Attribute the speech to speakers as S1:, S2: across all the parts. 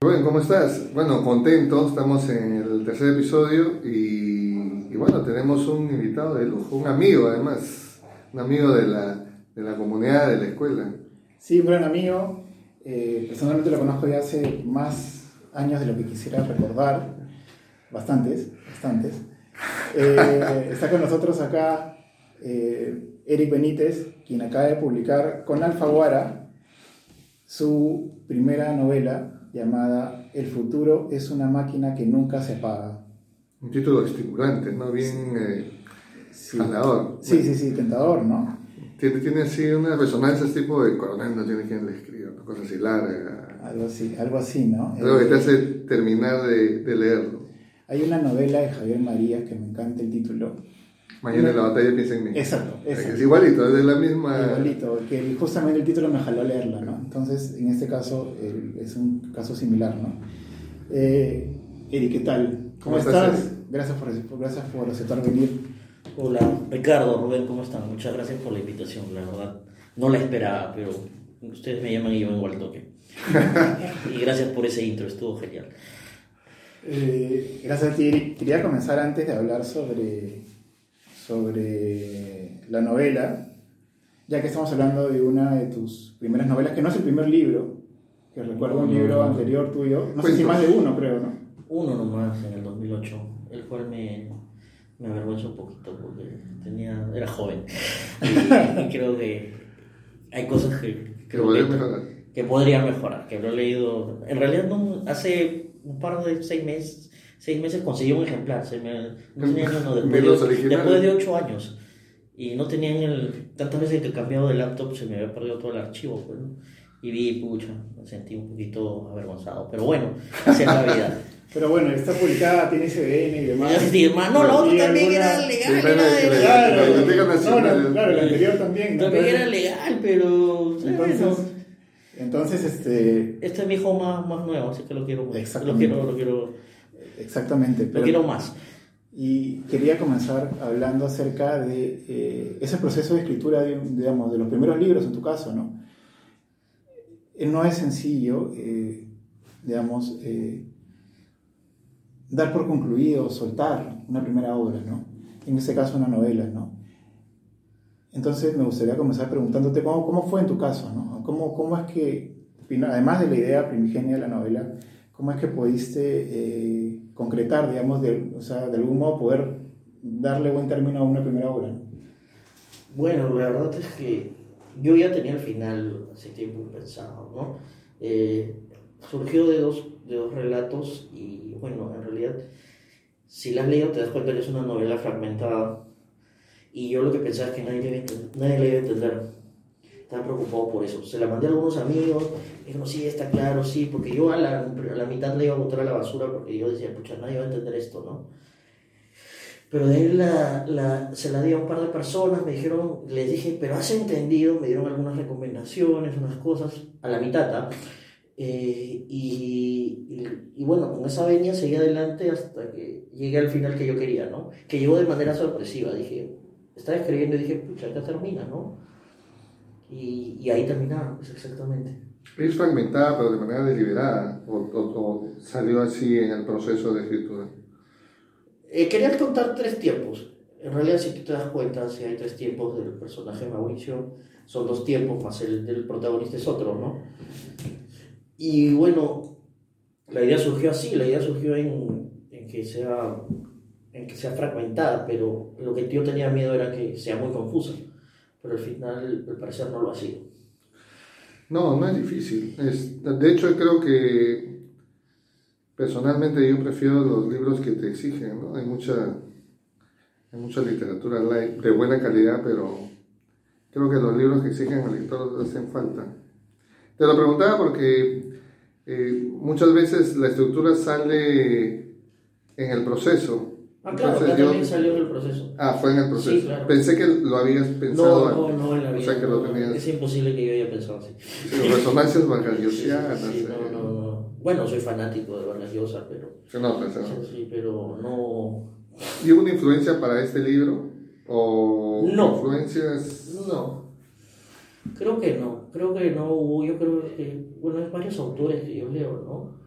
S1: Rubén, ¿cómo estás? Bueno, contento, estamos en el tercer episodio y, y bueno, tenemos un invitado de lujo, un amigo además, un amigo de la, de la comunidad, de la escuela.
S2: Sí, un gran amigo. Eh, personalmente lo conozco de hace más años de lo que quisiera recordar. Bastantes, bastantes. Eh, está con nosotros acá eh, Eric Benítez, quien acaba de publicar con Alfaguara su primera novela llamada El futuro es una máquina que nunca se apaga.
S1: Un título estimulante, ¿no? Bien eh,
S2: Sí,
S1: jalador.
S2: sí, sí, sí, tentador, ¿no?
S1: Tiene, tiene así una resonancia tipo de coronel, no tiene quien le escriba, una cosa así larga.
S2: Algo así, algo así ¿no?
S1: Algo que te
S2: Eh,
S1: hace terminar de, de leerlo.
S2: Hay una novela de Javier Marías que me encanta el título,
S1: Mañana en la batalla piensa en mí.
S2: Exacto, exacto.
S1: Es igualito, es de la misma.
S2: Igualito, que justamente el título me jaló a leerla, ¿no? Entonces, en este caso, eh, es un caso similar, ¿no? Eh, Eri, ¿qué tal?
S1: ¿Cómo
S2: ¿Cómo,
S1: estás,
S2: estás? Gracias por, por- gracias por aceptar venir.
S3: Hola, Ricardo, Rubén, ¿cómo están? Muchas gracias por la invitación, la verdad. No la esperaba, pero ustedes me llaman y yo vengo al toque. y gracias por ese intro, estuvo genial.
S2: Eh, gracias a ti, Eri. Quería comenzar antes de hablar sobre, sobre la novela, ya que estamos hablando de una de tus primeras novelas, que no es el primer libro, que recuerdo un libro anterior tuyo, no sé si
S1: Cuentos.
S2: más de uno, creo, ¿no?
S3: Uno nomás en el 2008, el cual me, me avergüenza un poquito porque tenía, era joven. Y, y creo que hay cosas que,
S1: Que
S3: creo
S1: podría
S3: que-
S1: mejorar.
S3: que podría mejorar, que lo he leído. En realidad, no, hace un par de seis meses, seis meses conseguí un ejemplar. se me- no tenía- no, no,
S1: ¿De
S3: después,
S1: los
S3: de,
S1: originales?
S3: después de ocho años. Y no tenían el. Tantas veces que he cambiado de laptop se me había perdido todo el archivo, pues, ¿no? Y vi, pucha, me sentí un poquito avergonzado. Pero bueno, así es la vida.
S2: Pero bueno, está publicada, tiene CDN y demás.
S3: Y hermano, la otra
S2: Y
S3: también
S2: alguna-
S3: era legal.
S1: Sí, pero-
S3: era de-
S1: pero-
S2: Claro,
S1: La Biblioteca Nacional.
S2: No, no, claro, el anterior también. ¿no?
S3: También era legal, pero.
S2: Entonces,
S3: bueno,
S2: entonces, este,
S3: este es mi hijo más, más nuevo, así que lo quiero mucho. Lo
S2: Exactamente.
S3: quiero, lo quiero,
S2: exactamente.
S3: lo
S2: pero-
S3: quiero más.
S2: Y quería comenzar hablando acerca de eh, ese proceso de escritura, de, digamos, de los primeros libros en tu caso, ¿no? Eh, No es sencillo, eh, digamos, eh, dar por concluido, soltar una primera obra, ¿no? En este caso una novela, ¿no? Entonces me gustaría comenzar preguntándote cómo, cómo fue en tu caso, ¿no? ¿Cómo, cómo es que, además de la idea primigenia de la novela, cómo es que pudiste eh, concretar, digamos, de, o sea, de algún modo poder darle buen término a una primera obra?
S3: Bueno, la verdad es que yo ya tenía el final hace tiempo pensado, ¿no? Eh, surgió de dos, de dos relatos y bueno, en realidad, si la has leído te das cuenta que es una novela fragmentada y yo lo que pensaba es que nadie le iba a entender. Nadie le iba a entender. Estaba preocupado por eso. Se la mandé a algunos amigos, me dijeron, sí, está claro, sí, porque yo a la, a la mitad le iba a botar a la basura porque yo decía, pucha, nadie va a entender esto, ¿no? Pero de ahí la, la- se la di a un par de personas, me dijeron, les dije, pero has entendido, me dieron algunas recomendaciones, unas cosas, a la mitad, ¿ah? Eh, y, y- y bueno, con esa venia seguí adelante hasta que llegué al final que yo quería, ¿no? Que llegó de manera sorpresiva, dije, estaba escribiendo y dije, pucha, acá termina, ¿no? Y, y ahí terminaba, pues exactamente.
S1: Es fragmentada, pero de manera deliberada, o, o- o salió así en el proceso de escritura.
S3: Eh, quería contar tres tiempos. En realidad, si tú te das cuenta, si hay tres tiempos del personaje de Mauricio, son dos tiempos, más el del protagonista es otro, ¿no? Y bueno, la idea surgió así, la idea surgió en, en que sea en que sea fragmentada, pero lo que yo tenía miedo era que sea muy confusa. Pero al final, al parecer, no lo ha sido.
S1: No, no es difícil. Es- de hecho, creo que personalmente yo prefiero los libros que te exigen, ¿no? Hay mucha, hay mucha literatura light, de buena calidad, pero creo que los libros que exigen al lector hacen falta. Te lo preguntaba porque eh, muchas veces la estructura sale en el proceso.
S3: Ah, claro,
S1: Entonces,
S3: acá
S1: yo-
S3: también salió del proceso.
S1: Ah, fue en el proceso.
S3: Sí, claro.
S1: Pensé que lo habías pensado
S3: no, no,
S1: antes.
S3: no, en la vida.
S1: o sea que
S3: no,
S1: lo tenías.
S3: es imposible que yo haya pensado así.
S1: Sí, Resonancias
S3: Sí, sí,
S1: vargallosianas.
S3: sí, no,
S1: eh,
S3: no, no. Bueno, soy fanático de Vargas Llosa, pero,
S1: Se nota, se nota.
S3: sí, pero no,
S1: ¿Y hubo una influencia para este libro? ¿O
S3: No.
S1: influencias?
S3: no. Creo que no, creo que no hubo, yo creo que, bueno, hay varios autores que yo leo, ¿no?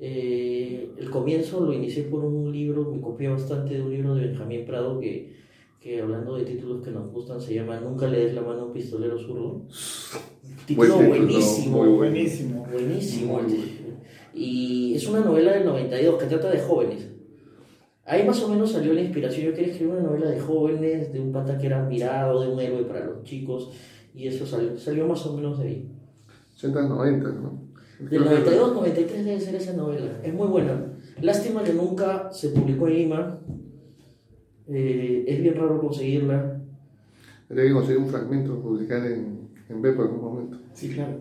S3: Eh, el comienzo lo inicié por un libro, me copié bastante de un libro de Benjamín Prado que, que hablando de títulos que nos gustan se llama Nunca le des la mano a un pistolero zurdo. Título
S1: título,
S3: buenísimo,
S1: muy bueno.
S2: Buenísimo.
S3: buenísimo.
S1: Muy
S3: Y es una novela del 92 que trata de jóvenes. Ahí más o menos salió la inspiración. Yo quería escribir una novela de jóvenes, de un pata que era admirado, de un héroe para los chicos. Y eso salió, salió más o menos de ahí.
S1: 80, 90, ¿no?
S3: Del 92, 93 debe ser esa novela. Es muy buena. Lástima que nunca se publicó en Lima. Eh, es bien raro conseguirla.
S1: Habría que conseguir un fragmento, publicar en, en Bepo en algún momento.
S2: Sí, claro.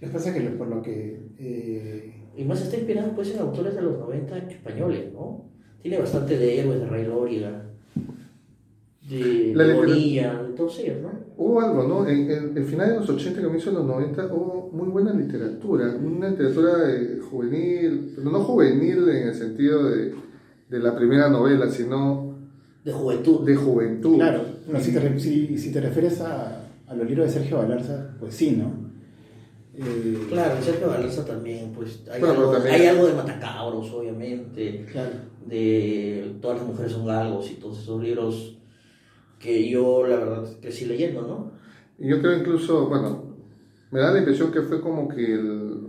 S2: Lo que pasa es que lo- por lo que... eh,
S3: Y más está inspirada pues en autores de los 90 españoles, ¿no? Tiene bastante de héroes, de Ray Lóriga, de
S1: La
S3: de
S1: litera-
S3: Bonilla, de todos ellos, ¿no?
S1: Hubo algo, ¿no? En, en- en finales de los 80 y comienzo de los 90 hubo muy buena literatura, una literatura eh, juvenil, pero no juvenil en el sentido de, de la primera novela, sino
S3: De juventud.
S1: de juventud.
S2: claro, bueno, si, te, re- si, si te refieres a, a los libros de Sergio Balarza, pues sí, ¿no? Eh,
S3: Claro, Sergio Balarza también, pues hay,
S1: Bueno, pero
S3: algo,
S1: también-
S3: hay algo de Matacabros, obviamente,
S2: Claro.
S3: de Todas las mujeres son galgos y todos esos libros que yo, la verdad, crecí leyendo, ¿no?
S1: Y yo creo incluso, bueno, me da la impresión que fue como que el,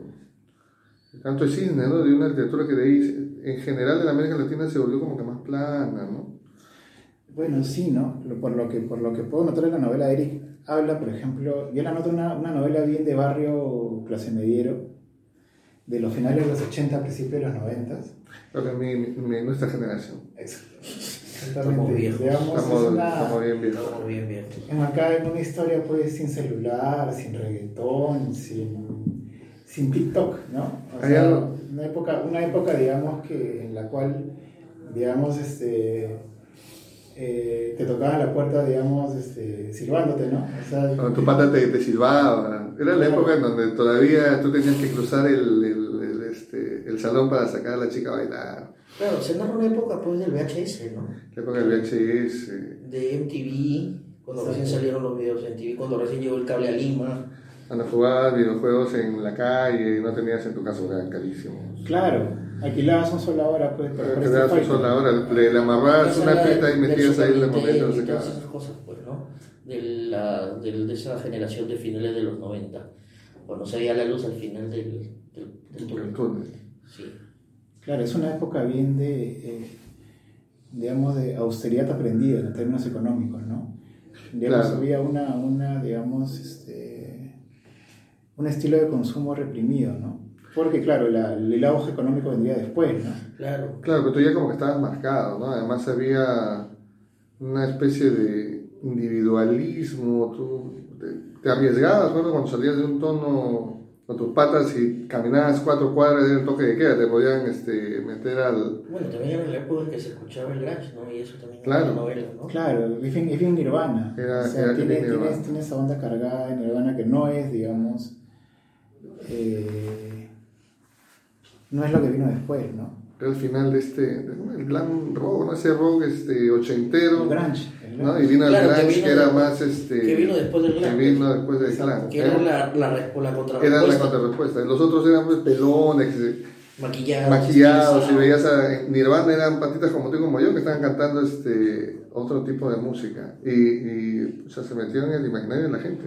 S1: el canto de cisne, ¿no? De una literatura que de ahí, se- en general en América Latina se volvió como que más plana, ¿no?
S2: Bueno, sí, ¿no? Lo- Por lo que, por lo que puedo notar en la novela de Eric, habla, por ejemplo, yo la noto una, una novela bien de barrio clase mediero, de los finales de los 80, principios de los 90.
S1: Creo que mi, mi- nuestra generación.
S2: Exactamente.
S3: viejos.
S2: Digamos, es
S1: Estamos,
S2: una-
S1: estamos bien viejos.
S3: Estamos bien viejos.
S2: enmarcada en una historia pues sin celular, sin reggaetón, sin, sin TikTok, ¿no? O
S1: Hay
S2: sea,
S1: algo-
S2: una época, una época, digamos, que en la cual, digamos, este, eh, te tocaban la puerta, digamos, este, silbándote, ¿no? O sea,
S1: Cuando tu pata te, te silbaba. Era la época en donde todavía tú tenías que cruzar el, el- el, este, el salón para sacar a la chica a bailar.
S3: Claro, se narra una época pues del VHS, ¿no?
S1: La época del VHS.
S3: De MTV, cuando
S2: Sí.
S3: recién salieron los videos de MTV, cuando recién llegó el cable a Lima.
S1: Cuando jugabas videojuegos en la calle, no tenías en tu caso, eran carísimos.
S2: claro, alquilabas un solo ahora, pues, para
S1: Pero
S2: ver
S1: te dabas
S2: este
S1: un sol
S2: fight, ¿no?
S1: ahora, le, le amarrabas
S3: Esa
S1: Ah, una
S3: era
S1: pita y
S3: del
S1: metías ahí la
S3: Super
S1: moneda y lo
S3: Nintendo y todas
S1: sacabas.
S3: esas cosas, pues, ¿no? De, la, del- de esa generación de finales de los 90, cuando se veía la luz al final del, del, del
S1: Pero
S3: túnel.
S1: tú,
S3: Sí.
S2: Claro, es una época bien de, eh, digamos, de austeridad aprendida en términos económicos, ¿no? Digamos,
S1: Claro.
S2: había una, una, digamos, este, un estilo de consumo reprimido, ¿no? Porque, claro, la- el auge económico vendría después, ¿no?
S3: Claro.
S1: Claro, pero tú ya como que estabas marcado, ¿no? Además había una especie de individualismo, tú te, te arriesgabas, bueno, cuando salías de un tono con tus patas y caminabas cuatro cuadras del toque de queda, te podían este, meter al...
S3: Bueno, también era la época en que se escuchaba el grunge, ¿no? Y eso también
S1: Claro.
S3: era una novela, ¿no?
S2: Claro, es bien, es bien nirvana.
S1: Era-
S2: o sea,
S1: era
S2: tiene,
S1: bien Nirvana.
S2: tiene- tiene esa onda cargada de nirvana que no es, digamos, eh, no es lo que vino después, ¿no?
S1: Era el final de este, el glam rock, ¿no? Ese rock este, ochentero,
S2: El grunge. el
S1: ¿no?
S2: grunge.
S1: Y vino el
S3: Claro, que
S1: grunge
S3: vino
S1: que era
S3: de-
S1: más este...
S3: que vino después del
S1: Que
S3: glam.
S1: vino después del glam.
S3: Que era la, la, res- la
S1: Era la
S3: contrarrespuesta.
S1: contrarrespuesta. Los otros eran pues, pelones, que se-
S3: Maquillados.
S1: maquillados y
S3: estilizados.
S1: veías a en Nirvana eran patitas como tú y como yo que estaban cantando este otro tipo de música y, y o sea, se metió en el imaginario de la gente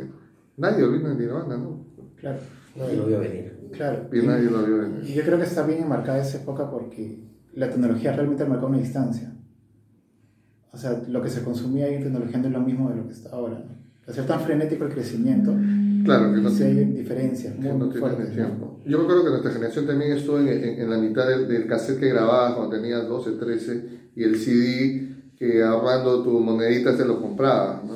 S1: nadie olvida a Nirvana no
S2: Claro,
S3: Nadie lo vio venir.
S2: claro.
S1: y nadie lo vio venir
S2: Y yo creo que está bien enmarcada esa época porque la tecnología realmente marcó una distancia. O sea, lo que se consumía ahí en tecnología no es lo mismo de lo que está ahora. ¿no? Al ser tan frenético el crecimiento,
S3: Mm.
S1: claro que no,
S2: sí hay diferencias
S1: que
S2: muy,
S1: no
S2: muy
S1: tiene
S2: fuertes. ¿no?
S1: tiempo yo creo que nuestra generación también estuvo en, en- en la mitad del, del cassette que grababas cuando tenías 12, 13 y el CD que ahorrando tu monedita te lo comprabas ¿no?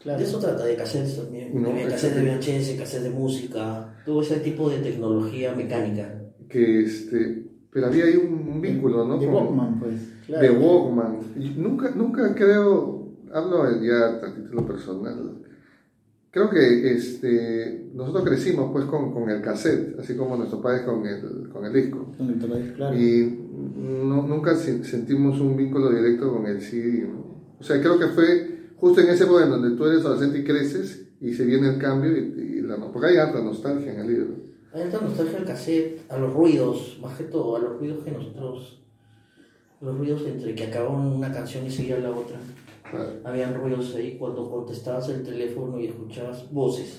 S2: Claro.
S3: De eso trata, de cassettes también.
S1: No,
S3: Había
S1: eso
S3: cassettes de
S1: también.
S3: VHS, cassettes de música. Todo ese tipo de tecnología mecánica.
S1: que este pero había ahí un, un vínculo ¿no?
S2: De
S1: Como-
S2: Walkman, pues. Claro.
S1: de Walkman. Y Nunca, nunca creo, hablo ya a título personal. Creo que este, nosotros crecimos pues con, con el cassette, así como nuestros padres con el, con el disco.
S2: Con el tocadiscos, claro.
S1: Y no- nunca sen- sentimos un vínculo directo con el CD. ¿no? O sea, creo que fue justo en ese momento en donde tú eres adolescente y creces y se viene el cambio y, y la, no- porque hay harta nostalgia en el libro.
S3: Hay tanta nostalgia al cassette, a los ruidos, más que todo, a los ruidos que nosotros. Los ruidos entre que acababan una canción y seguía la otra.
S1: Claro.
S3: Habían ruidos ahí cuando contestabas el teléfono y escuchabas voces.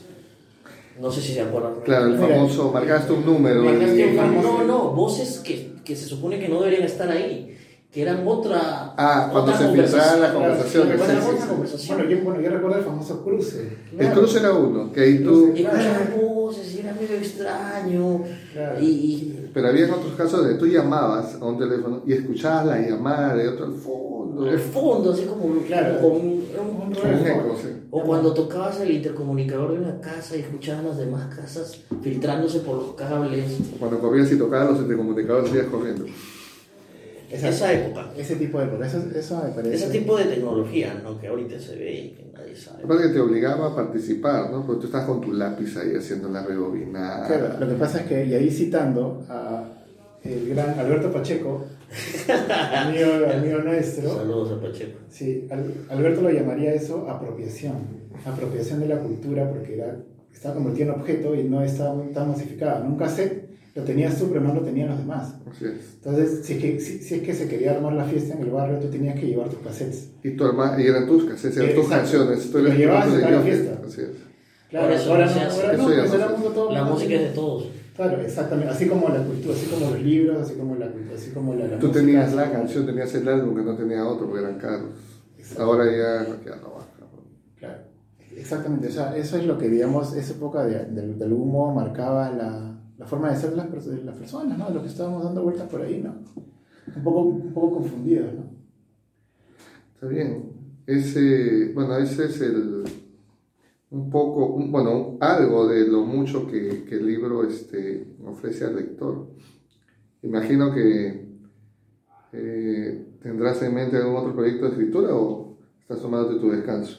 S3: No sé si se acuerdan.
S1: Claro, el
S2: Mira,
S1: famoso, marcaste un número.
S3: Marcaste
S1: y-
S3: un fan- No, no, voces que, que se supone que no deberían estar ahí, que eran otra.
S1: Ah, cuando
S3: otra
S1: se filtraba la conversación.
S3: conversación. Claro,
S1: sí,
S3: era
S1: sí,
S3: otra
S1: sí.
S3: conversación.
S2: Bueno, yo, bueno, yo recuerdo el famoso cruce.
S1: El
S3: Claro.
S1: cruce era uno, que ahí tú...
S3: Y escuchaban voces, y era medio extraño.
S2: Claro.
S3: Y, y-
S1: Pero había otros casos donde tú llamabas a un teléfono y escuchabas la llamada de otro al fondo.
S3: al fondo, así como,
S2: Claro.
S3: como un- era un-
S2: Un
S1: Un
S2: ruido.
S1: eco, sí.
S3: O cuando tocabas el intercomunicador de una casa y escuchabas las demás casas filtrándose por los cables.
S1: Cuando corrías y tocabas los intercomunicadores salías corriendo.
S2: Esa-
S3: Esa época.
S2: Ese tipo de cosas. Eso, eso me parece.
S3: Ese tipo de tecnología, ¿no? Que ahorita se ve y que nadie sabe.
S1: Aparte que te obligaba a participar, ¿no? Porque tú estás con tu lápiz ahí haciendo la rebobinada.
S2: Claro, lo que pasa es que, y ahí citando a el gran Alberto Pacheco, amigo, amigo nuestro,
S3: Saludos a Pacheco.
S2: sí, Al- Alberto lo llamaría eso apropiación, apropiación de la cultura porque era, estaba convertido en objeto y no estaba muy- tan masificada. Nunca sé, lo tenías tú, pero no lo tenían los demás.
S1: Así es.
S2: Entonces, si es, que, si, si es que se quería armar la fiesta en el barrio, tú tenías que llevar tus cassettes.
S1: Y, tu herma- y eran tus cassettes, eran tus
S2: Exacto.
S1: canciones. Tú
S2: Lo
S1: eras
S2: llevabas
S1: tu
S2: a la
S1: DJ.
S2: fiesta.
S1: Así es.
S2: Claro,
S3: Ahora eso
S2: ahora
S3: no
S2: no,
S3: se hace.
S2: ahora no,
S1: Eso ya
S2: pues
S1: no
S2: era
S1: se hace.
S2: mundo todo-
S3: La música es de todos.
S2: Claro, exactamente. Así como la cultura, así como los libros, así como la así como la, la
S1: Tú
S2: música,
S1: tenías
S2: así
S1: la
S2: como-
S1: canción, tenías el álbum que no tenía otro porque eran caros.
S2: Exacto.
S1: Ahora ya, ya no baja.
S2: Claro. Exactamente. O sea, eso es lo que, digamos, esa época de, de- de algún modo marcaba la, la forma de ser las, pers- de las personas, ¿no? Los que estábamos dando vueltas por ahí, ¿no? Un poco, un poco confundidos, ¿no?
S1: Está bien. Ese, bueno, ese es el un poco, un- bueno, algo de lo mucho que, que el libro este, ofrece al lector. Imagino que eh, tendrás en mente algún otro proyecto de escritura o estás tomándote tu descanso.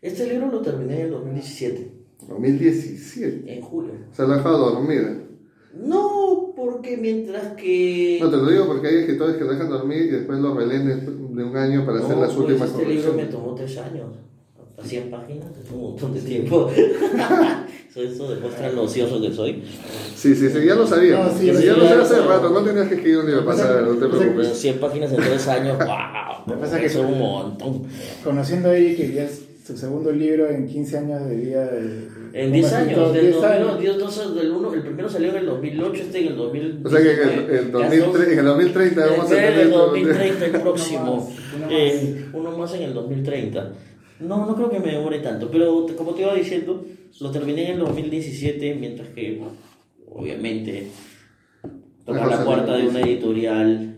S3: Este libro lo terminé en el 2017,
S1: 2017.
S3: en julio.
S1: Se la ha dejado dormida.
S3: No, porque mientras que.
S1: No te lo digo porque hay escritores que lo dejan dormir y después lo releen después de un año para hacer
S3: No,
S1: las
S3: pues,
S1: últimas
S3: Este libro me
S1: correcciones.
S3: tomó tres años. A 100 páginas, es un montón de tiempo. eso, eso demuestra lo ocioso que soy.
S1: Sí, sí, sí, ya lo sabía.
S2: No, sí,
S1: sí,
S2: sí,
S1: ya lo
S2: ya
S1: sabía
S2: lo
S1: hace
S3: sabía.
S1: rato, no tenías que escribir un libro para
S2: O sea,
S1: saberlo, no te
S2: o sea,
S1: preocupes.
S3: Pero 100 Pues, páginas en 3 años, wow.
S2: Lo que pasa es que-
S3: eso es un montón.
S2: Conociendo a Eric, que ya es su segundo libro en 15 años de vida. de-
S3: En 10 años, del
S2: 10
S3: 2001,
S2: años.
S3: Dios, dos- del uno, el primero salió en el 2008, este en el 2000.
S1: O sea que en el, el 2003 en el 2030 vamos a
S3: en
S1: tener
S3: el
S1: esto.
S3: 2030, el próximo.
S2: Uno más,
S3: Eh, uno más en el 2030. No, no creo que me demore tanto, pero te- como te iba diciendo, lo terminé en el 2017, mientras que, obviamente,
S1: La
S3: tocar
S1: cosa
S3: la puerta de
S1: no-
S3: una editorial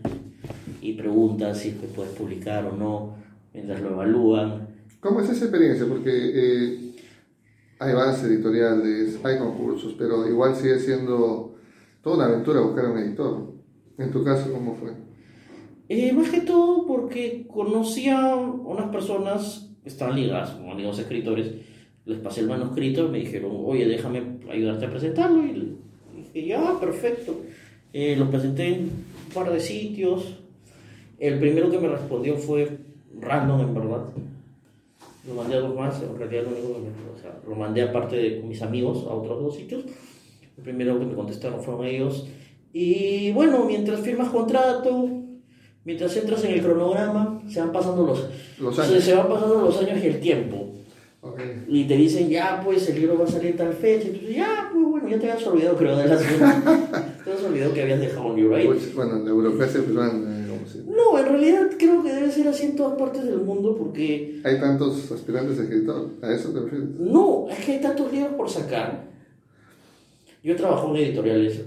S3: y preguntan si es que puedes publicar o no, mientras lo evalúan.
S1: ¿Cómo es esa experiencia? Porque eh, hay bases editoriales, hay concursos, pero igual sigue siendo toda una aventura buscar un editor. En tu caso, ¿cómo fue?
S3: Eh, más que todo porque conocía a unas personas que estaban ligadas, como amigos escritores, les pasé el manuscrito y me dijeron, oye, déjame ayudarte a presentarlo. Y le- dije, ya, perfecto. Eh, lo presenté en un par de sitios. El primero que me respondió fue random, en verdad. Lo mandé a dos más, en realidad lo único que me- o sea, lo mandé aparte de con mis amigos a otros dos sitios. El primero que me contestaron fueron ellos. Y bueno, mientras firmas contrato, mientras entras en el cronograma, se van pasando los,
S1: Los
S3: Se,
S1: años.
S3: se van pasando los años y el tiempo.
S1: Okay.
S3: Y te dicen, ya, pues el libro va a salir tal fecha. Y tú dices, ya, pues bueno, ya te habías olvidado, creo, de la Te habías olvidado que habías dejado un libro ahí.
S1: Pues, bueno, la burocracia peruana, eh, como si-
S3: No, en realidad creo que debe ser así en todas partes del mundo porque
S1: Hay tantos aspirantes a escritor, ¿a eso te refieres?
S3: no, es que hay tantos libros por sacar. Yo trabajo en editoriales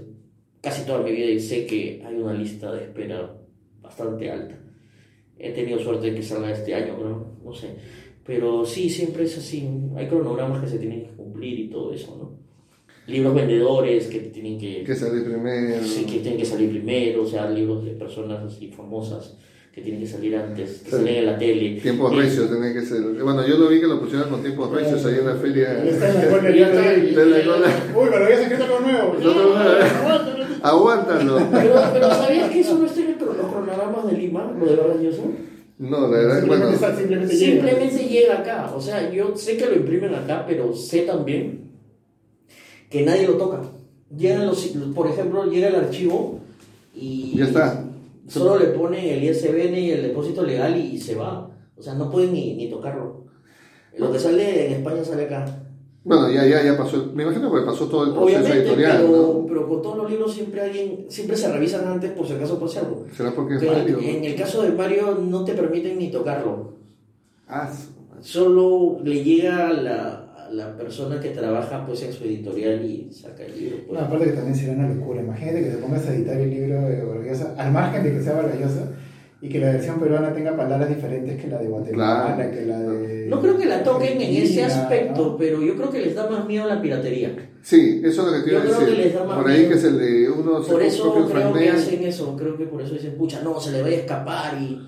S3: casi toda mi vida y sé que hay una lista de espera bastante alta. He tenido suerte de que salga este año, creo, no sé. Pero sí, siempre es así. Hay cronogramas que se tienen que cumplir y todo eso, ¿no? Libros vendedores que tienen que...
S1: Que salir primero.
S3: Sí, que tienen que salir primero, o sea, libros de personas así famosas que tienen que salir antes, que
S1: Sí.
S3: salen en la tele. Eh,
S1: Tiempos
S3: Y-
S1: recios tenía que ser. Bueno, yo lo vi que lo pusieron con tiempos recios ahí en la feria.
S2: Está en la cola,
S3: Ya
S2: ya
S3: está,
S2: está ahí.
S1: De la cola.
S2: Uy, pero habías escrito algo nuevo.
S1: No, no, Aguántalo.
S3: Pero, pero ¿sabías que eso no está en el cro- los cronogramas de Lima, lo de Vargas Llosa?
S1: No, la verdad,
S2: Simplemente
S1: bueno,
S2: está- simplemente llega.
S3: Simplemente llega acá, o sea, yo sé que lo imprimen acá, pero sé también que nadie lo toca. Llegan los, por ejemplo, llega el archivo y
S1: Ya está.
S3: solo le ponen el ISBN y el depósito legal y, y se va. O sea, no pueden ni, ni tocarlo. Lo que sale en España sale acá.
S1: Bueno, ya, ya, ya pasó. Me imagino que pasó todo el proceso
S3: Obviamente,
S1: editorial,
S3: pero, pero con todos los libros siempre alguien, siempre se revisan antes por si acaso pase algo.
S1: ¿no? ¿Será porque es
S3: Pero
S1: Mario?
S3: en el caso de Mario no te permiten ni tocarlo.
S1: Ah, su-
S3: Solo le llega a la, a la persona que trabaja pues en su editorial y saca el libro. pues.
S4: Bueno, aparte que también sería una locura. Imagínate que te pongas a editar el libro de Vargallosa, al margen de que sea Vargallosa, y que la versión peruana tenga palabras diferentes que la de Guatemala,
S1: Claro.
S4: que la de...
S3: No creo que la toquen en ese
S4: Argentina,
S3: aspecto,
S4: ¿no?
S3: pero yo creo que les da más miedo la piratería.
S1: Sí, eso es lo que te iba
S3: Yo
S1: a
S3: creo que les
S1: decir.
S3: da más
S1: Por ahí
S3: miedo.
S1: que se le uno se
S3: Por eso
S1: copia
S3: creo
S1: un
S3: que
S1: franea.
S3: hacen eso, creo que por eso dicen, pucha, no, se le vaya a escapar y,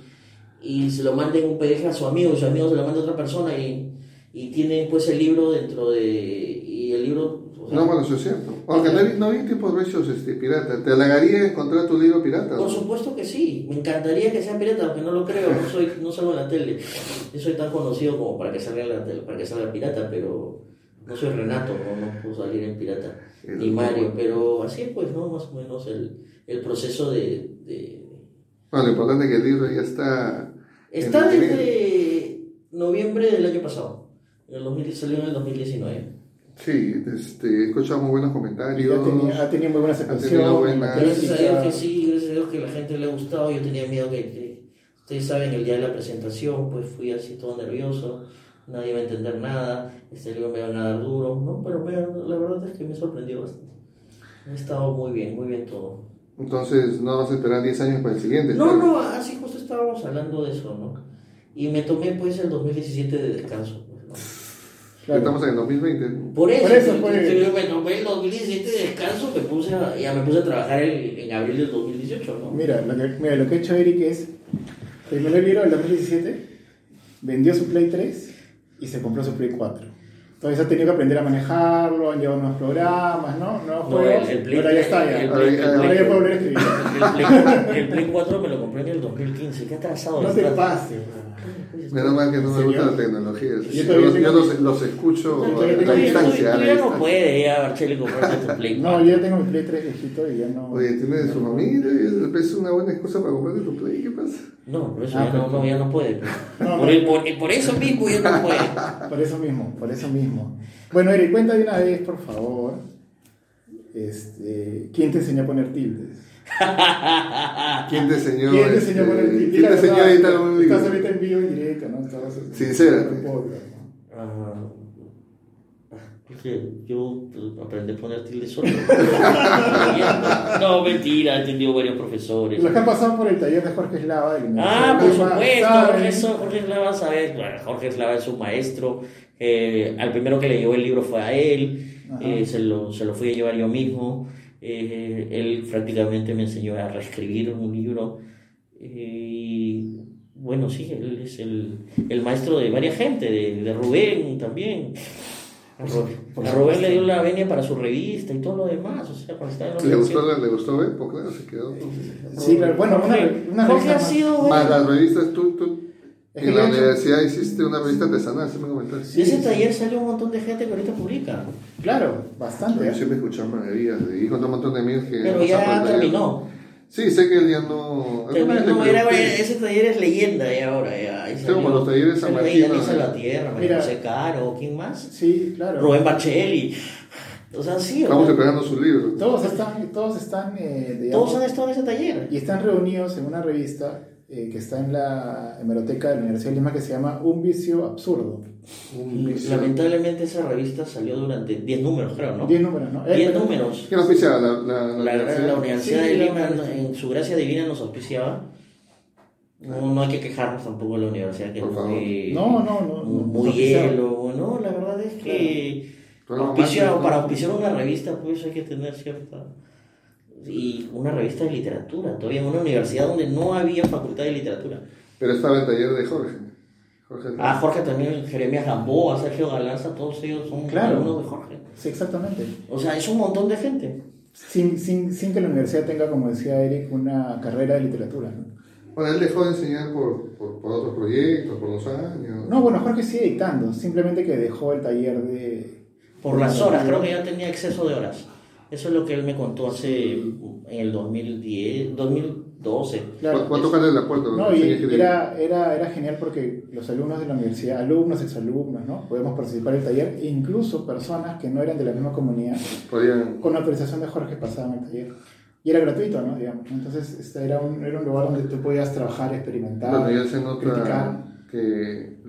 S3: y se lo manden un PDF a su amigo y su amigo se lo manda a otra persona y, y tienen pues el libro dentro de... y el libro... o sea,
S1: No, bueno, eso es cierto. Aunque no, hay- no hay tipos rechos este, pirata. ¿Te halagaría encontrar tu libro pirata?
S3: Por supuesto que sí, me encantaría que sean piratas, aunque no lo creo, no, soy, no salgo en la tele. Yo soy tan conocido como para que salga en la tele, para que salga pirata, pero no soy Renato, no, no puedo salir en pirata,
S1: El-
S3: ni Mario, pero así es pues, ¿no? Más o menos el, el proceso de, de-
S1: Bueno, lo importante es que el libro ya está.
S3: Está
S1: El-
S3: desde noviembre del año pasado, en el 2000 salió en el 2019.
S1: Sí, este, he escuchado muy buenos comentarios.
S2: Ya tenía, ha tenido muy buena aceptación.
S1: buena-
S2: crítica.
S3: Gracias a Dios que sí, gracias a Dios que la gente le ha gustado. Yo tenía miedo que, que- ustedes saben, el día de la presentación, pues fui así todo nervioso, nadie va a entender nada, este libro me van a dar duro, ¿no? Pero me- la verdad es que me sorprendió bastante. Ha estado muy bien, muy bien todo.
S1: Entonces, no vas a esperar 10 años para el siguiente.
S3: No, no, así justo estábamos hablando de eso, ¿no? Y me tomé pues el 2017 de descanso. pues, ¿no?
S2: Claro.
S1: Estamos en el 2020.
S3: Por eso,
S2: Por eso,
S3: que-
S2: por
S3: que
S2: eso.
S3: yo me tomé el 2017 de descanso, me puse a- ya me puse a trabajar en, en abril del 2018, ¿no?
S2: Mira lo, que, mira, lo que ha hecho Eric es, terminó el libro en 2017, vendió su Play 3 y se compró su Play 4. Entonces ha tenido que aprender a manejarlo, han llevado nuevos programas, ¿no? Nuevos
S3: No,
S2: juegos.
S3: el- el Play-
S2: ahora ya está, ya.
S3: el-
S1: el- el-
S2: ahora ya puede volver a escribir.
S3: El Play, el Play 4 me lo compré en el 2015. ¿Qué atrasado?
S2: No te
S3: estás?
S2: pases, bro.
S1: Menos mal que no me
S2: Señor.
S1: gusta la tecnología.
S2: Yo
S1: Yo,
S2: todavía
S1: yo
S2: tengo-
S1: los, los escucho
S2: Yo
S1: a
S2: todavía
S1: la
S2: tengo-
S1: distancia. a la
S3: Tú ya no
S1: distancia.
S3: puedes ir a Barchel y comprarte tu Play
S2: No,
S3: 4.
S2: yo ya tengo mi Play 3 viejito y ya no.
S1: Oye, tiene su familia y es una buena excusa para comprarte tu play. ¿Qué pasa?
S3: No, por eso
S2: Ah,
S3: ya, no,
S2: perfecto.
S3: no, ya no puede.
S2: No,
S3: por,
S2: no.
S3: el- por- eh, por eso mismo ya no puede.
S2: Por eso mismo, por eso mismo. Bueno, Eric, cuenta de una vez, por favor. Este, ¿Quién te enseñó a poner tildes?
S1: ¿Quién te enseñó?
S2: Ah, ¿Quién te
S1: este,
S2: enseñó a poner tildes?
S1: ¿Quién te
S2: Di la
S1: enseñó a
S2: verdad,
S1: editar un
S2: Estás
S1: libro?
S2: ahorita en vivo y directo, ¿no? Estás en-
S1: Sincérate.
S2: en el podcast, ¿no?
S3: Ah, porque yo aprendí a poner tilde solo. no, mentira, he tenido varios profesores.
S2: Los que han pasado por el taller de Jorge Eslava. de la
S3: Ah,
S2: Universidad
S3: por
S2: de Lima,
S3: supuesto,
S2: saben.
S3: Jorge, eso- Jorge Slava sabe, bueno, Jorge Slava es un maestro, eh, al primero que le llevó el libro fue a él,
S2: Ajá.
S3: eh, se, lo, se lo fui a llevar yo mismo, eh, él prácticamente me enseñó a reescribir un libro, eh, y bueno, sí, él es el, el maestro de varias gente, de, de Rubén también. A Ru-
S2: por
S3: a Rubén le
S2: supuesto.
S3: dio la venia para su revista y todo lo demás, o sea, cuando estaba en la
S1: ¿Le
S3: universidad.
S1: gustó, la- le gustó ver? Pues claro, se quedó. con-
S2: Sí, claro. Bueno, una,
S3: Jorge,
S2: una
S3: Jorge
S2: revista
S3: ha
S2: más.
S3: sido... bueno,
S1: Más las revistas, tú, tú
S2: Es que
S1: en la
S2: yo he hecho-
S1: universidad hiciste una revista artesanal, se me comentaste.
S3: De ese taller sale un montón de gente que ahorita publica.
S2: Claro, bastante.
S1: Yo
S2: ¿eh?
S1: siempre escuchaba maravillas y con un montón de amigos que.
S3: Pero
S1: han pasado
S3: ya
S1: por el
S3: terminó.
S1: taller. Sí, sé que él ya no. alguna vez le
S3: Terminó, era-
S1: pregunté.
S3: ese taller es leyenda ya ahora. Ya. Ahí
S1: Sí,
S3: salió-
S1: como los talleres San
S3: salió
S1: Martín,
S3: Dani
S1: ¿no?
S3: Salvatierra, María
S2: Mira.
S3: José Caro, ¿quién más?
S2: Sí, claro.
S3: Rubén Barchelli. O sea, sí, o
S1: Vamos
S3: sea,
S1: esperando su libro.
S2: Todos están, todos están eh, digamos,
S3: todos han estado en ese taller.
S2: y están reunidos en una revista eh, que está en la hemeroteca de la Universidad de Lima que se llama Un vicio absurdo.
S1: Un vicio.
S3: Lamentablemente esa revista salió durante 10 números, creo, ¿no? 10
S2: Diez números, ¿no? Eh, pero-
S3: números.
S1: ¿Quién auspiciaba? La, la, la,
S3: La,
S1: universidad?
S3: la Universidad
S2: Sí,
S3: de
S2: la
S3: Lima
S2: universidad.
S3: en su gracia divina nos auspiciaba. No, no hay que quejarnos tampoco de la universidad que
S1: Por
S3: es
S1: favor.
S3: muy-
S2: No, no, no. no,
S3: muy
S2: no, quizá.
S3: hielo, ¿no? La verdad es que
S1: Claro.
S3: auspicia-
S1: Claro,
S3: para auspiciar una revista pues hay que tener cierta... Y una revista de literatura, todavía en una universidad donde no había facultad de literatura.
S1: Pero estaba el taller de Jorge. Jorge
S3: Ah, Jorge también, Jeremías Gamboa, Sergio Galanza, todos ellos son
S2: Claro.
S3: alumnos de Jorge.
S2: Sí, exactamente.
S3: O sea, es un montón de gente.
S2: Sin, sin, sin que la universidad tenga, como decía Eric, una carrera de literatura. ¿no?
S1: Bueno, él dejó de enseñar por, por, por otros proyectos, por los años.
S2: No, bueno, Jorge sigue dictando, simplemente que dejó el taller de...
S3: Por las horas, creo que ya tenía exceso de horas. Eso es lo que él me contó hace en el 2010, 2012.
S1: Va- va a tocarle la puerta.
S2: No,
S1: ¿no?
S2: y
S1: Sí, que-
S2: era, era, era genial porque los alumnos de la universidad, alumnos, exalumnos, ¿no? Podemos participar del taller, e incluso personas que no eran de la misma comunidad,
S1: Podían...
S2: con la autorización de Jorge pasaban el taller. Y era gratuito, ¿no? Digamos. Entonces este, era, un, era un lugar donde tú podías trabajar, experimentar.
S1: Bueno, ya se nota
S2: criticar.
S1: que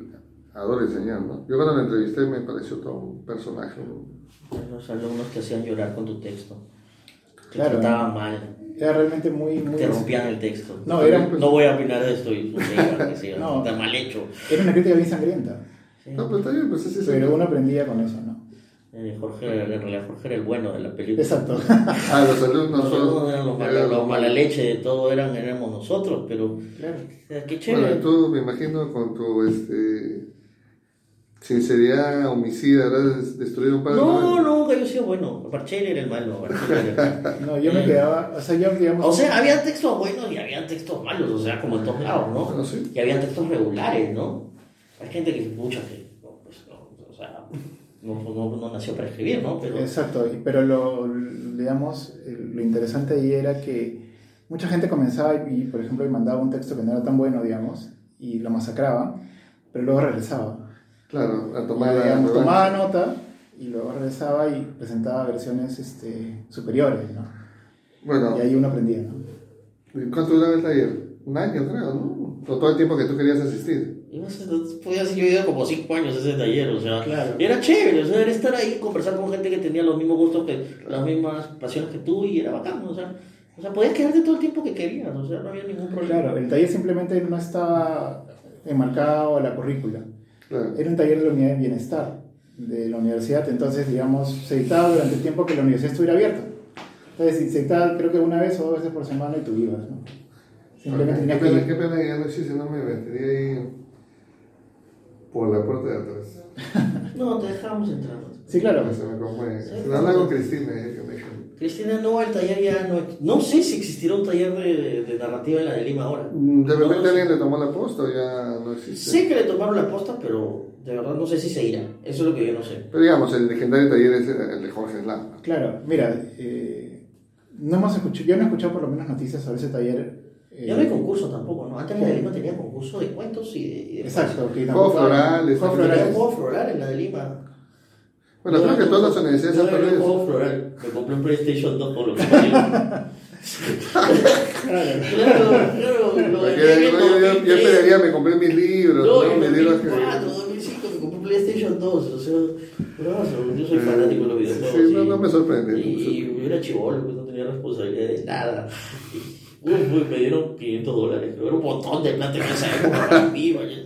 S1: adora enseñar, ¿no? Yo cuando lo entrevisté me pareció todo un personaje. ¿no?
S3: Los alumnos te hacían llorar con tu texto. Te
S2: Claro.
S3: trataban mal,
S2: Era realmente muy... muy
S3: te rompían el texto.
S2: No, era,
S3: No voy a opinar de esto y pues, que sí,
S2: No.
S3: está mal hecho.
S2: era una crítica bien sangrienta,
S3: Sí.
S1: No, pero está bien, pues así se
S2: pero uno aprendía con eso, ¿no?
S3: Eh, Jorge, en realidad Jorge era el bueno de la película.
S2: Exacto.
S1: Ah, los alumnos
S3: Los
S1: son-
S3: alumnos eran los malos, los mala leche de todo eran, éramos nosotros, pero
S2: Claro.
S3: eh, qué chévere.
S1: Bueno, tú me imagino con tu este, sinceridad homicida habrás destruido un par de
S3: No,
S1: novelas.
S3: nunca yo he sido bueno. Barchel era el malo. Barchel era el malo.
S2: No, yo me quedaba... O sea, yo, digamos...
S3: O sea, había textos buenos y había textos malos, o sea, como en todos lados, ¿no?
S1: Bueno, sí.
S3: Y había textos regulares, ¿no? Hay gente que escucha que, no, pues, no, o sea, no, pues, no- no nació para escribir, ¿no? Pero
S2: Exacto, y- pero lo, digamos, eh, lo interesante ahí era que mucha gente comenzaba y, por ejemplo, y mandaba un texto que no era tan bueno, digamos, y lo masacraba, pero luego regresaba.
S1: Claro, a tomar
S2: Y,
S1: la
S2: digamos,
S1: revancha.
S2: tomaba nota y luego regresaba y presentaba versiones este, superiores, ¿no?
S1: Bueno,
S2: Y ahí uno aprendía, ¿no?
S1: ¿cuánto duraba el taller? Un año, creo, ¿no? O todo el tiempo que tú querías asistir.
S3: yo no sé, no- podía ser yo he ido como cinco años a ese taller, o sea,
S2: Claro.
S3: y era chévere, o sea, era estar ahí, conversar con gente que tenía los mismos gustos, que las mismas pasiones que tú, y era bacán, o sea, o sea, podías quedarte todo el tiempo que querías, o sea, no había ningún problema.
S2: Claro, el taller simplemente no estaba enmarcado a la currícula.
S1: Claro.
S2: Era un taller de la unidad de bienestar de la universidad, entonces, digamos, se dictaba durante el tiempo que la universidad estuviera abierta. Entonces, se dictaba creo que una vez o dos veces por semana y tú ibas, ¿no? Simplemente
S1: qué,
S2: tenías
S1: pena, qué
S2: que ir.
S1: pena que ya no existe, no me metería ahí por la puerta de atrás.
S3: No, te dejábamos entrar.
S2: Sí, claro.
S1: Se me conmueve.
S3: Sí.
S1: Se lo habla con Cristina. eh, que me-
S3: Cristina, no, el taller ya no. No sé si existirá un taller de, de narrativa en la de Lima ahora.
S1: Mm, De
S3: Mm, No,
S1: repente
S3: no
S1: alguien le tomó la posta o ya no existe.
S3: Sé que le tomaron la posta, pero de verdad no sé si se irá. Eso es lo que yo no sé.
S1: Pero digamos, el legendario taller es el, el de Jorge Slam.
S2: Claro, mira, eh, no hemos escuchado, yo no he escuchado por lo menos noticias sobre ese taller. eh,
S3: Ya no hay concurso tampoco, ¿no? Antes la de Lima tenía concurso de cuentos y de. y de
S2: Exacto, que
S1: Juegos florales, florales.
S2: Juegos
S3: Tenía un
S2: florales.
S3: juego floral en la de Lima.
S1: Bueno,
S3: Yo
S1: creo que
S3: era-
S1: todas las universidades
S3: yo
S1: han
S3: era un
S1: perdido
S3: juego
S1: eso.
S3: floral. Me compré un PlayStation 2 por lo que Claro, claro. Lo
S1: Porque
S3: dejé en
S1: yo, yo- yo- yo
S3: 2003.
S1: esperaría, me compré mis libros,
S3: No,
S1: ¿no?
S3: en
S1: mis libros que...
S3: 2004, 2005 me compré un PlayStation 2, o sea, bravazo, yo soy
S1: Eh,
S3: fanático de los
S1: sí,
S3: videojuegos.
S1: sí, no- no me sorprende, no me
S3: Y, y era chivolo, pues no tenía responsabilidad de nada. Y, uy, uy, me dieron 500 dólares, pero era un montón de plata en esa época para mí, vaya.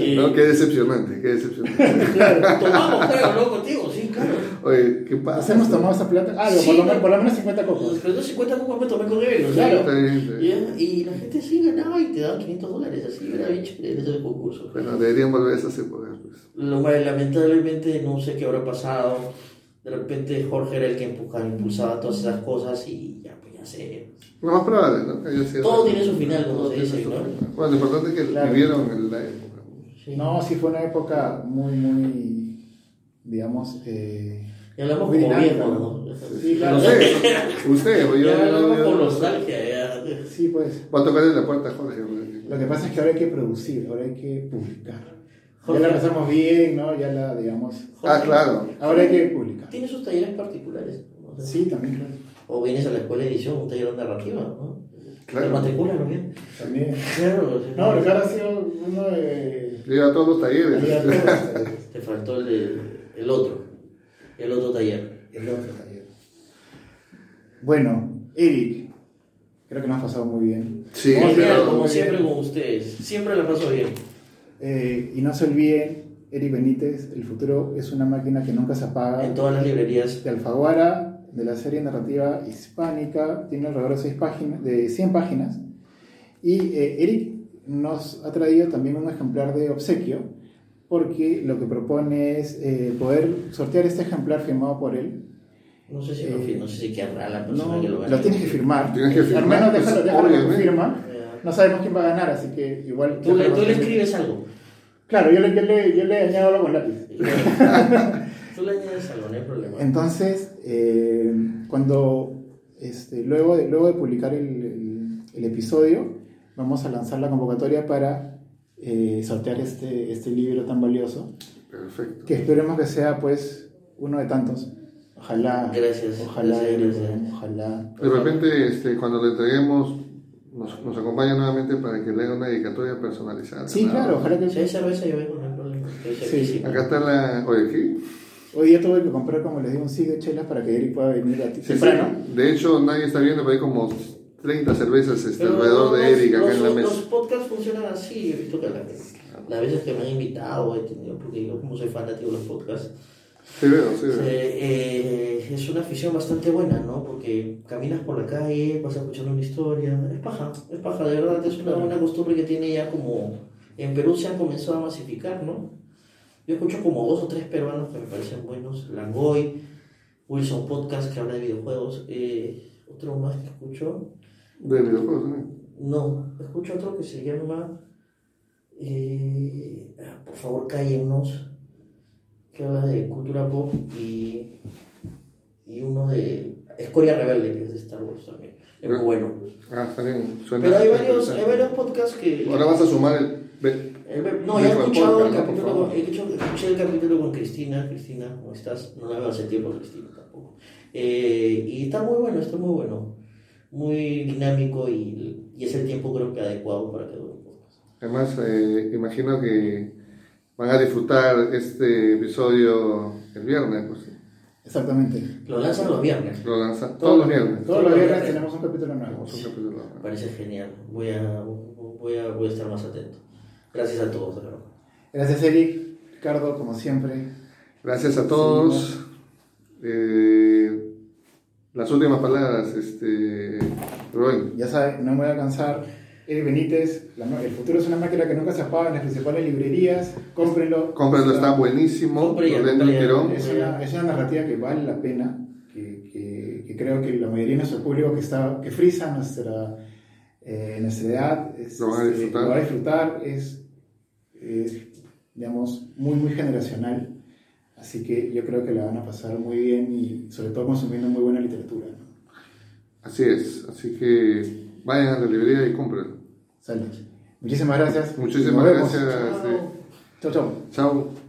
S3: Y,
S1: No, qué decepcionante, qué decepcionante.
S3: Tomamos, claro, ¿no? Contigo, sí, claro.
S1: Oye, ¿qué
S2: Nos
S1: pasa?
S2: hemos tomado esa plata. Ah, por, lo,
S3: Sí.
S2: menos- por lo menos 50 copos.
S3: Pero no 50 cómo me tomé pues, con él, o sea.
S1: Está bien, está bien.
S3: y- Y la gente sí ganaba y te daban 500 dólares, así era bien chévere ese concurso.
S1: Bueno, deberían volver a esas épocas. Pues.
S3: Lo cual, lamentablemente no sé qué habrá pasado. De repente Jorge era el que empujaba, impulsaba todas esas cosas y ya, pues ya sé.
S1: Lo más probable, ¿no? Que haya sido-
S3: Todo tiene su final, como
S1: Todo
S3: se
S1: tiene
S3: dice,
S1: su
S3: ¿no?
S1: final. Bueno, lo importante es que
S2: Claro.
S1: vivieron en la época.
S2: No, sí fue una época muy, muy, digamos, eh,
S3: Y hablamos
S2: Muy
S3: como
S2: dinámica,
S3: viejos,
S2: ¿no?
S3: ¿no?
S2: Sí, claro.
S1: Ustedes, ustedes, yo,
S3: Ya
S1: yo,
S3: hablamos
S1: yo-
S3: por nostalgia, ya.
S2: sí, pues.
S1: Voy a tocarle la puerta a Jorge. porque-
S2: Lo que pasa es que ahora hay que producir, ahora hay que publicar. Ya
S3: Jorge.
S2: la pasamos bien, ¿no? Ya la, digamos,
S1: Ah, claro.
S2: ahora hay que publicar.
S3: Tiene sus talleres particulares. ¿no? O sea,
S2: Sí, también, claro.
S3: O vienes a la escuela de edición, un taller de narrativa, ¿no?
S1: Claro.
S3: Te matriculan, ¿no? bien?
S2: También.
S3: Claro. o sea,
S2: No, Ricardo ha sido uno de...
S1: Yo iba a todos los
S2: había
S1: talleres.
S2: todos, eh,
S3: Te faltó el, de- el otro. El otro taller.
S4: El otro taller.
S2: Bueno, Eric, creo que nos ha pasado muy bien.
S1: Sí,
S3: Genial,
S2: claro,
S3: como
S2: muy
S3: siempre
S2: bien.
S3: con ustedes. Siempre la paso bien.
S2: Eh, y no se olviden, Eric Benítez, el futuro es una máquina que nunca se apaga.
S3: En todas las librerías
S2: de Alfaguara, de la serie narrativa hispánica, tiene alrededor de, seis páginas, de 100 páginas. Y eh, Eric nos ha traído también un ejemplar de obsequio, porque lo que propone es eh, poder sortear este ejemplar firmado por él.
S3: No sé si lo
S2: Eh,
S3: firmo, no sé si querrá la persona
S2: No,
S3: que lo gane.
S2: lo tienes que firmar.
S1: Tienes que firmar,
S2: Hermano,
S1: pues,
S2: déjalo, déjalo que
S1: obviamente.
S2: firma.
S3: Ya.
S2: No sabemos quién va a ganar, así que igual...
S3: Eh, Tú le,
S2: déjalo
S3: tú le
S2: que-
S3: escribes algo.
S2: Claro, yo le, yo le, yo le añado algo con lápiz.
S3: Tú le añades algo, no hay problema.
S2: Entonces, eh, cuando este, luego, de, luego de publicar el, el- el episodio, vamos a lanzar la convocatoria para eh, sortear este, este libro tan valioso,
S1: Perfecto.
S2: que esperemos que sea pues uno de tantos. Ojalá.
S3: Gracias,
S2: Ojalá,
S3: gracias,
S2: Eric,
S3: gracias.
S2: ojalá.
S1: De repente, este, cuando le entreguemos, nos, nos acompaña nuevamente para que le haga una dedicatoria personalizada.
S2: Sí,
S1: ¿no?
S2: claro, ojalá que...
S3: Si hay cerveza, yo vengo, no hay problema. Estoy cerquísima.
S1: Acá está la. Oye, aquí.
S2: Hoy día tuve que comprar, como les digo, un sig de chelas para que Eric pueda venir a ti.
S1: Sí,
S2: temprano.
S1: sí. De hecho, nadie está viendo, pero hay como 30 cervezas este,
S3: Pero
S1: alrededor de
S3: los-
S1: Eric acá
S3: los-
S1: en la
S3: Los
S1: mesa.
S3: podcasts funcionan así, yo he visto que la- las veces que me han invitado, he tenido, porque yo como soy fanático de los podcasts,
S1: Sí, veo, sí, veo.
S3: eh, eh, es una afición bastante buena, ¿no? Porque caminas por la calle, vas escuchando una historia, es paja, es paja, de verdad, es una buena costumbre que tiene ya como... En Perú se han comenzado a masificar, ¿no? Yo escucho como dos o tres peruanos que me parecen buenos, Langoy, Wilson Podcast, que habla de videojuegos, eh, otro más que escucho,
S1: De videojuegos también.
S3: no, escucho otro que se llama eh, ah, Por favor cállennos, que habla de cultura pop y, y uno de Escoria Rebelde, que es de Star Wars también. Es muy
S1: Ah.
S3: bueno.
S1: Ah, está bien. Suena.
S3: Pero hay varios, hay varios podcasts que...
S1: Ahora vas a sumar el. ve-
S3: el- Eh, no, ya he
S1: Mejor podcast,
S3: escuchado el
S1: ¿no? Por
S3: capítulo,
S1: favor.
S3: he hecho- escuché el capítulo con Cristina, Cristina, ¿cómo estás? No la veo hace tiempo, Cristina, tampoco. Eh, y está muy bueno, está muy bueno. Muy dinámico y, y es el tiempo creo que adecuado para que dure un podcast.
S1: Además, eh, imagino que van a disfrutar este episodio el viernes, pues.
S2: Exactamente.
S3: Lo lanzan los viernes.
S1: Lo lanzan todos los viernes.
S2: Todos los viernes tenemos un capítulo nuevo.
S1: Tenemos un capítulo.
S3: Me parece genial. Voy a, voy a, voy a estar más atento. Gracias a todos, de verdad.
S2: Gracias, Eric. Ricardo, como siempre.
S1: Gracias a todos. Eh, las últimas palabras, este, Rubén.
S2: Ya saben, no me voy a cansar.
S4: Eric Benítez, la ma- el futuro es una máquina que nunca se apaga en las principales librerías. Cómprenlo.
S1: Cómpralo, está buenísimo.
S3: Compre ya,
S1: Lo leen
S3: compre ya.
S1: Quirón.
S4: Es una, es una narrativa que vale la pena, que, que- que creo que la mayoría de nuestro público que, está, que frisa nuestra, eh, nuestra edad es-
S1: Lo van a
S4: este,
S1: disfrutar.
S4: lo va a disfrutar. Es, es, digamos, muy, muy generacional. Así que yo creo que la van a pasar muy bien y sobre todo consumiendo muy buena literatura. ¿no?
S1: Así es. Así que vayan a la librería y cómprenlo.
S2: Sale. Muchísimas gracias.
S1: Muchísimas
S2: Nos vemos.
S1: gracias. eh. sí.
S3: Chao.
S2: Chau, chau.
S1: Chao.